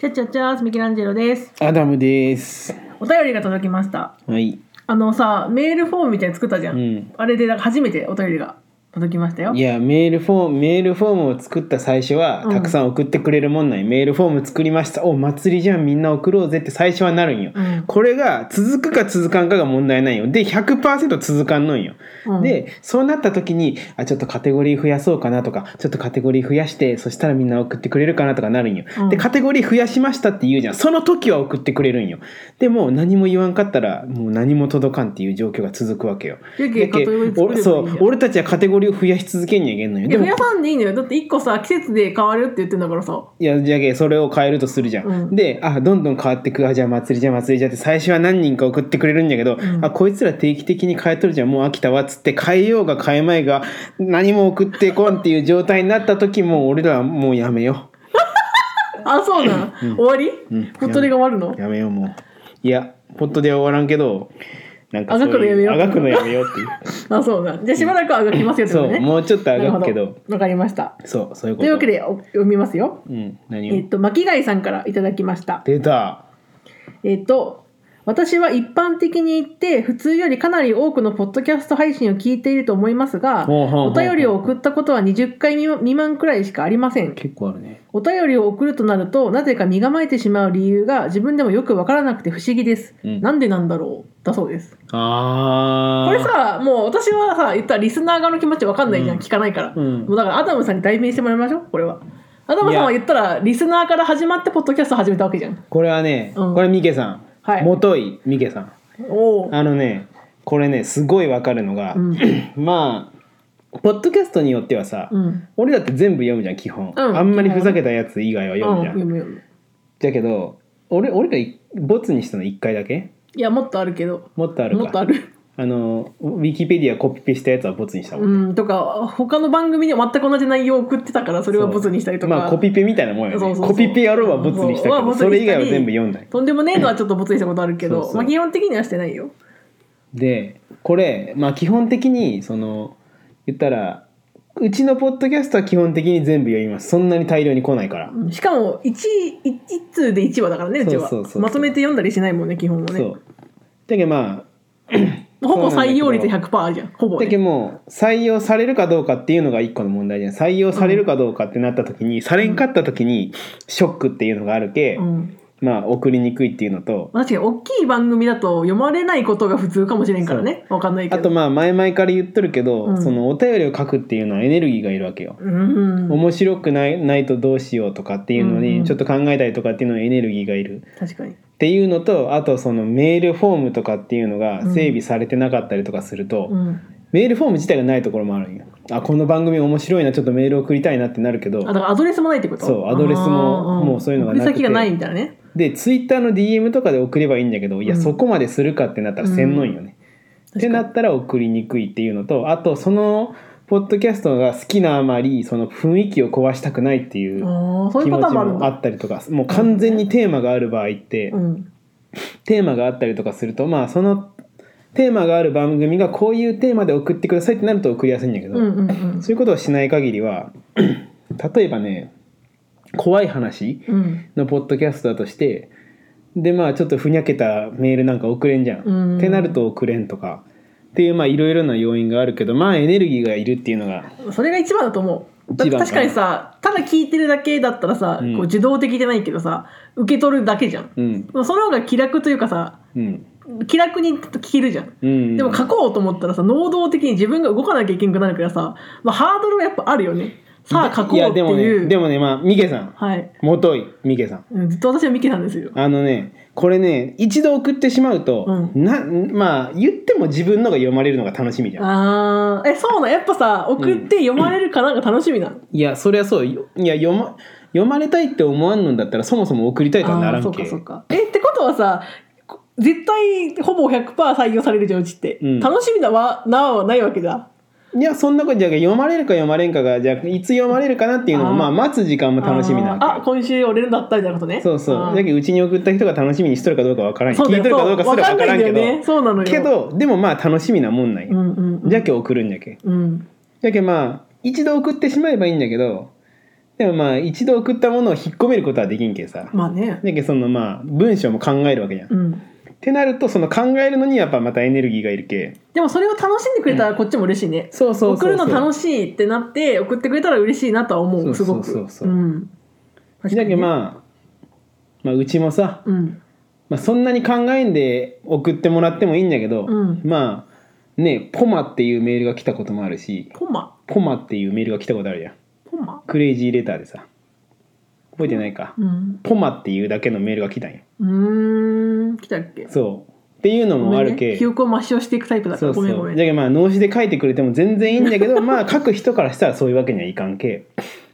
チャチャチャースミケランジェロです。アダムです。お便りが届きました。はい。あのさ、メールフォームみたいに作ったじゃん。うんあれでなんか初めてお便りが届きましたよい。や、メールフォーム、メールフォームを作った最初は、うんたくさん送ってくれるもんない。メールフォーム作りました。お、祭りじゃん、みんな送ろうぜって最初はなるんよ。うんこれが続くか続かんかが問題ないよ。で、100%続かんのんよ。うんで、そうなった時に、あ、ちょっとカテゴリー増やそうかなとか、ちょっとカテゴリー増やして、そしたらみんな送ってくれるかなとかなるんよ。うんで、カテゴリー増やしましたって言うじゃん。その時は送ってくれるんよ。でも、何も言わんかったら、もう何も届かんっていう状況が続くわけよ。じゃけカテゴリー作ればいい俺じゃそんう俺たちはカテゴリーを増やし続けんにゃいけんのよいやで増もやさんでいいのよ。だって一個さ、季節で変わるよって言ってんだからさ。いやじゃけそれを変えるとするじゃん、うんであどんどん変わってくあじゃあ祭りじゃ祭りじゃって最初は何人か送ってくれるんだけど、んあこいつら定期的に変えとるじゃんもう飽きたわっつって変えようが変えまいが何も送ってこんっていう状態になった時もう俺らはもうやめよあ、そうなん。終わり、うんポットでが終わるのうやめようもういやポットでは終わらんけどなんかそういうあがくのやめようあがくのやめようっていう あ、そうなん。じゃあしばらくはあがきますよってこそとう、ね。もうちょっとあなるがほくけどど。わかりました。そうそういうこというわけでお読みますよ。うん何を、えっと、巻貝さんからいただきました。出たえっと、私は一般的に言って普通よりかなり多くのポッドキャスト配信を聞いていると思いますがほうほうほうお便りを送ったことは20回未満未満くらいしかありません結構あるねお便りを送るとなるとなぜか身構えてしまう理由が自分でもよくわからなくて不思議です、うんなんでなんだろうだそうですああこれさもう私はさ言ったらリスナー側の気持ちわかんないじゃん、うん聞かないから、うんもうだからアダムさんに代弁してもらいましょうこれはアダムさんはい言やったらリスナーから始まってポッドキャスト始めたわけじゃんこれはね、うんこれミケさん、はい元井ミケさんおおあのねこれねすごいわかるのが、うん まあポッドキャストによってはさ、うん俺だって全部読むじゃん基本、うんあんまりふざけたやつ以外は読むじゃん、うん、読む読むだけど俺俺がいボツにしたの1回だけいやもっとあるけどもっとあるかもっとあるあのウィキペディアコピペしたやつはボツにしたもん、うんとか他の番組に全く同じ内容を送ってたからそれはボツにしたりとか、まあコピペみたいなもんよねそうそうそうコピペやろうはボツにしたそけうはボどツにしたそりれ以外は全部読んだよとんでもねえのはちょっとボツにしたことあるけどそうそうまあ、基本的にはしてないよでこれ、まあ、基本的にその言ったらうちのポッドキャストは基本的に全部読みますそんなに大量に来ないから、うんしかも 1, 一通で1話だからねうちはそうそうそうそうまとめて読んだりしないもんね基本はそうねだけどまほぼ採用率そうなん100%じゃんほあぼ、だけね、どもう採用されるかどうかっていうのが一個の問題じゃん採用されるかどうかってなった時に、されんかった時にショックっていうのがあるけ、うんまあ送りにくいっていうのとまあ確かに大きい番組だと読まれないことが普通かもしれんからねわかんないけあどとまあ前々から言っとるけど、うんそのお便りを書くっていうのはエネルギーがいるわけよ、うんうん面白くないないとどうしようとかっていうのうんうんにちょっと考えたりとかっていうのはエネルギーがいる、確かにっていうのとあとそのメールフォームとかっていうのが整備されてなかったりとかすると、うんメールフォーム自体がないところもあるんよあこの番組面白いなちょっとメール送りたいなってなるけどあだからアドレスもないってことそうアドレスもあーんもうそういうのがなくて送り先がないみたいなねでツイッターの DM とかで送ればいいんだけどいや、うんそこまでするかってなったらせんのんよね、うんってなったら送りにくいっていうのとあとそのポッドキャストが好きなあまりその雰囲気を壊したくないっていうあーそうい気うパ持ターンちもあるんもあだったりとかもう完全にテーマがある場合って、うんテーマがあったりとかするとまあそのテーマがある番組がこういうテーマで送ってくださいってなると送りやすいんだけど、うんうんうんそういうことをしない限りは 例えばね怖い話うんのポッドキャストだとしてでまあちょっとふにゃけたメールなんか送れんじゃん、うんってなると送れんとかっていうまあいろいろな要因があるけどまあエネルギーがいるっていうのがそれが一番だと思うだって一番かな確かにさただ聞いてるだけだったらさ、うんこう受動的じゃないけどさ受け取るだけじゃん、うんまあその方が気楽というかさうん気楽に聞けるじゃん、うんでも書こうと思ったらさ能動的に自分が動かなきゃいけなくなるからさ、まあ、ハードルはやっぱあるよねさあ書こういっやてでもいうねでもねまあミケさんはい元井ミケさんうんずっと私はミキなんですよあのねこれね一度送ってしまうと、うなまあ言っても自分のが読まれるのが楽しみじゃん。あーえそうなんやっぱさ送って読まれるかなんか楽しみなの、いやそりゃそうよいや読ま読まれたいって思わんのだったらそもそも送りたいとはなあらーそんうけかそうかえってことはさこ絶対ほぼ100%採用されるじゃんうちって、うん楽しみだわなはないわけだいやそんなことじゃなくて読まれるか読まれんかがじゃあいつ読まれるかなっていうのもあーまあ待つ時間も楽しみなあーあわけよ今週俺のだったみたいなことねそうそうあーだけどうちに送った人が楽しみにしとるかどうかわからんそうだよ聞いとるかどうかすらわからんけそうわかんないんだよねどそうなのよけどでもまあ楽しみなもんなんうよ、んうんうんじゃけ送るんじゃけうんじゃけまあ一度送ってしまえばいいんだけどでもまあ一度送ったものを引っ込めることはできんけさまあねだけどそのまあ文章も考えるわけじゃん、うんってなるとその考えるのにやっぱまたエネルギーがいるけでもそれを楽しんでくれたらこっちも嬉しいね、そうそうそうそう送るの楽しいってなって送ってくれたら嬉しいなとは思そううすそごうくそうそううん確かだにねけどまあ、まあうちもさ、うんまあ、そんなに考えんで送ってもらってもいいんだけど、うんまあねポマっていうメールが来たこともあるしポマポマっていうメールが来たことあるじゃんポマクレイジーレターでさ覚えてないか、うんポマっていうだけのメールが来たんようーん来たっけそうっていうのもあるごめんけ、ね記憶を抹消していくタイプだかそらうそごうめんごめじゃんけまあ脳死で書いてくれても全然いいんだ けどまあ書く人からしたらそういうわけにはいかんけ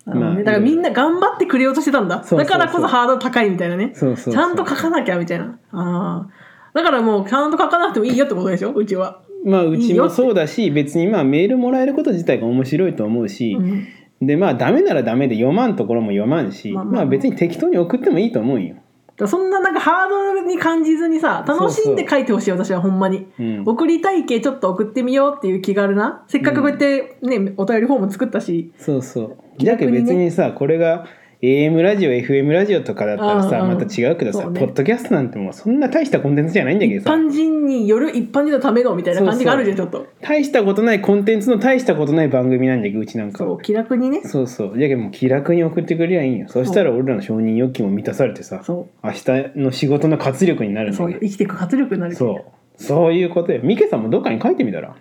あのねまあだからみんな頑張ってくれようとしてたんだそうそうそうだからこそハードル高いみたいなねそうそうそうちゃんと書かなきゃみたいなあーだからもうちゃんと書かなくてもいいよってことでしょうちは、まあういちいよっもてそうだし別にまあメールもらえること自体が面白いと思うし、うんでまあダメならダメで読まんところも読まんし、ままああまあ別に適当に送ってもいいと思うんだよ。からそんななんかハードルに感じずにさ楽しんで書いてほしい私はほんまに、うん送りたい系ちょっと送ってみようっていう気軽なせっかくこうやってね、お便りフォーム作ったしそうそう。気だ楽けにどね別にさこれが AM ラジオ FM ラジオとかだったらさうんうんまた違うけどさ、そうねポッドキャストなんてもうそんな大したコンテンツじゃないんだけ一どさ般人による一般人のためのみたいな感じがあるじゃんちょっと大したことないコンテンツの大したことない番組なんだけどうちなんかそう気楽にねそうそうじゃけどもう気楽に送ってくれりゃいいんよそしたら俺らの承認欲求も満たされてさそ明日の仕事の活力になうるんだそうよ生きていく活力になるそうそういうことよミケさんもどっかに書いてみたら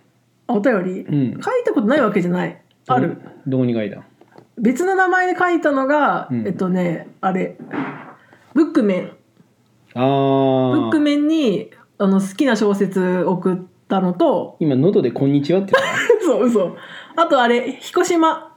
あお便り、うん書いたことないわけじゃないある、どこに書いた別の名前で書いたのが、うんえっとねあれブックメンあブックーメンにあの好きな小説送ったの と今喉で「こんにちは」って言 っ嘘嘘あとあれ彦島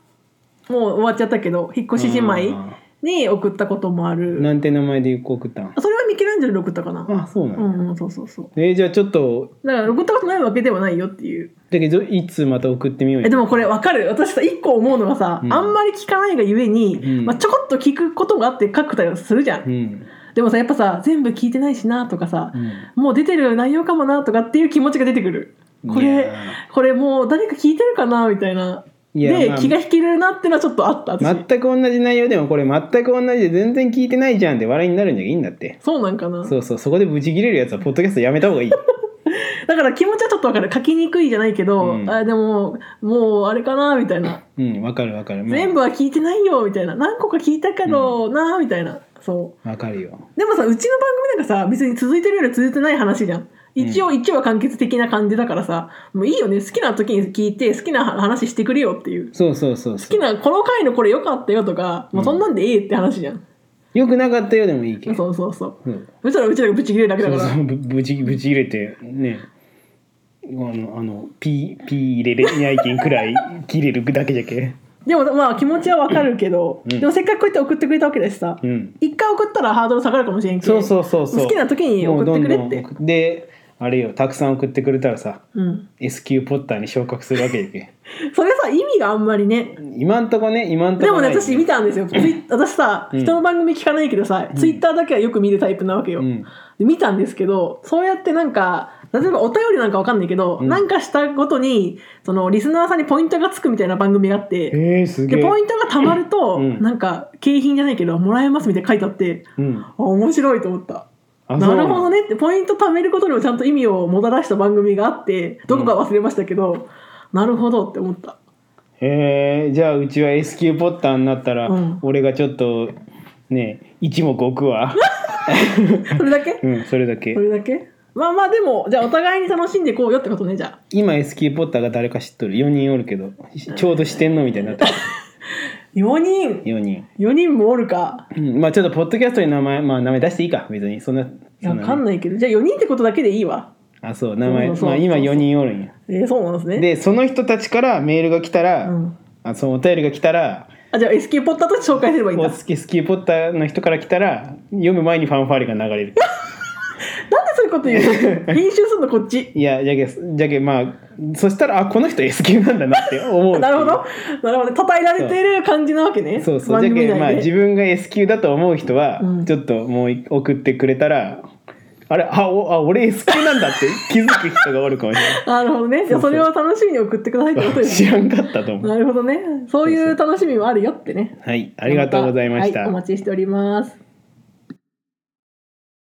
もう終わっちゃったけど引っ越し姉妹あに送ったこともあーるなんて名前で送ったんあそれはミケランジェロに送ったかなあそううなの、んうんそうそうそうえーじゃあちょっとだから送ったことないわけではないよっていうだけどいつまた送ってみようよえでもこれわかる私さ一個思うのがさ、うんあんまり聞かないがゆえに、うんまあ、ちょこっと聞くことがあって書くたりするじゃん、うん、でもさやっぱさ全部聞いてないしなとかさう、ん、もう出てる内容かもなとかっていう気持ちが出てくるこいれやーこれもう誰か聞いてるかなみたいないやで、まあ気が引けるなってのはちょっとあった私、全く同じ内容でもこれ全く同じで全然聞いてないじゃんって笑いになるんじゃいいんだってそうなんかなそうそうそこでブチ切れるやつはポッドキャストやめた方がいいだから気持ちはちょっとわかる書きにくいじゃないけど、うんあでももうあれかなみたいな、うんわかるわかる、まあ全部は聞いてないよみたいな何個か聞いたけどなみたいなそうわかるよでもさうちの番組なんかさ別に続いてるより続いてない話じゃん一応一応は完結的な感じだからさ、もういいよね好きな時に聞いて好きな話してくれよっていうそうそうそう好そきうなこの回のこれ良かったよとか、もうそんなんでいいって話じゃん、よくなかったよでもいいけどそうそうそううんそしたらうちらがブチ切れるだけだそかうらそうぶぶちぶち入れてねあのあのピーピー入れれにゃいけんくらい切れるだけじゃけでもまあ気持ちはわかるけど、うんでもせっかくこうやって送ってくれたわけだしさ、うん一回送ったらハードル下がるかもしれんけどそうそうそうそう好きな時に送ってくれもうっどてんどん送であれよたくさん送ってくれたらさう、 S 級ポッターに昇格するわけじゃけん、それさ意味があんまりね今んとこね今んとでこもねない私見たんですよツイ私さ、うん人の番組聞かないけどさ、ツイッターだけはよく見るタイプなわけよ、うんで見たんですけどそうやってなんか例えばお便りなんかわかんないけど、うんなんかしたごとにそのリスナーさんにポイントがつくみたいな番組があって、えー、すげでえポイントがたまると、うんなんか景品じゃないけどもらえますみたいな書いてあってうんあ面白いと思ったあなるほそどうねってポイント貯めることにもちゃんと意味をもたらした番組があってどこか忘れましたけど、なるほどって思っ たえー、じゃあうちは S 級ポッターになったら、うん俺がちょっとね一目置 くわそれだけうんそれだそけれだけまあまあでもじゃあお互いに楽しんでいこうよってことねじゃあ今 S 級ポッターが誰か知っとる4人おるけどちょうど四天王みたいになって る4人4人、 4人もおるかうん、まあちょっとポッドキャストに名前まあ名前出していいか別にそんないやそんわなかんないけどじゃあ4人ってことだけでいいわあそう名前そうそうまあ今4人おるんやえー、そうなんですねでその人たちからメールが来たら、うん、あそのお便りが来たらあじゃあ S 級ポッターとして紹介すればいいんだおなんで好きスキーポッターの人から来たら読む前にファンファーレが流れるそういうこと言う の編集するのこっちいやじゃけじゃけまあそしたらあこの人 S 級なんだなって思うっていう なるほどなるほど叩いられてる感じなわけねそうそう番じゃ組けまあ内自で分が S 級だと思う人は、うんちょっともう送ってくれたらあれあおあ俺 S 級なんだって気づく人がおるかもし れあなるほどねじゃあそれを楽しみに送ってくださいってことなでいす知ねらんかったと思うなるほどねそういう楽しみもあるよってねはいありがとうございました、はい、お待ちしております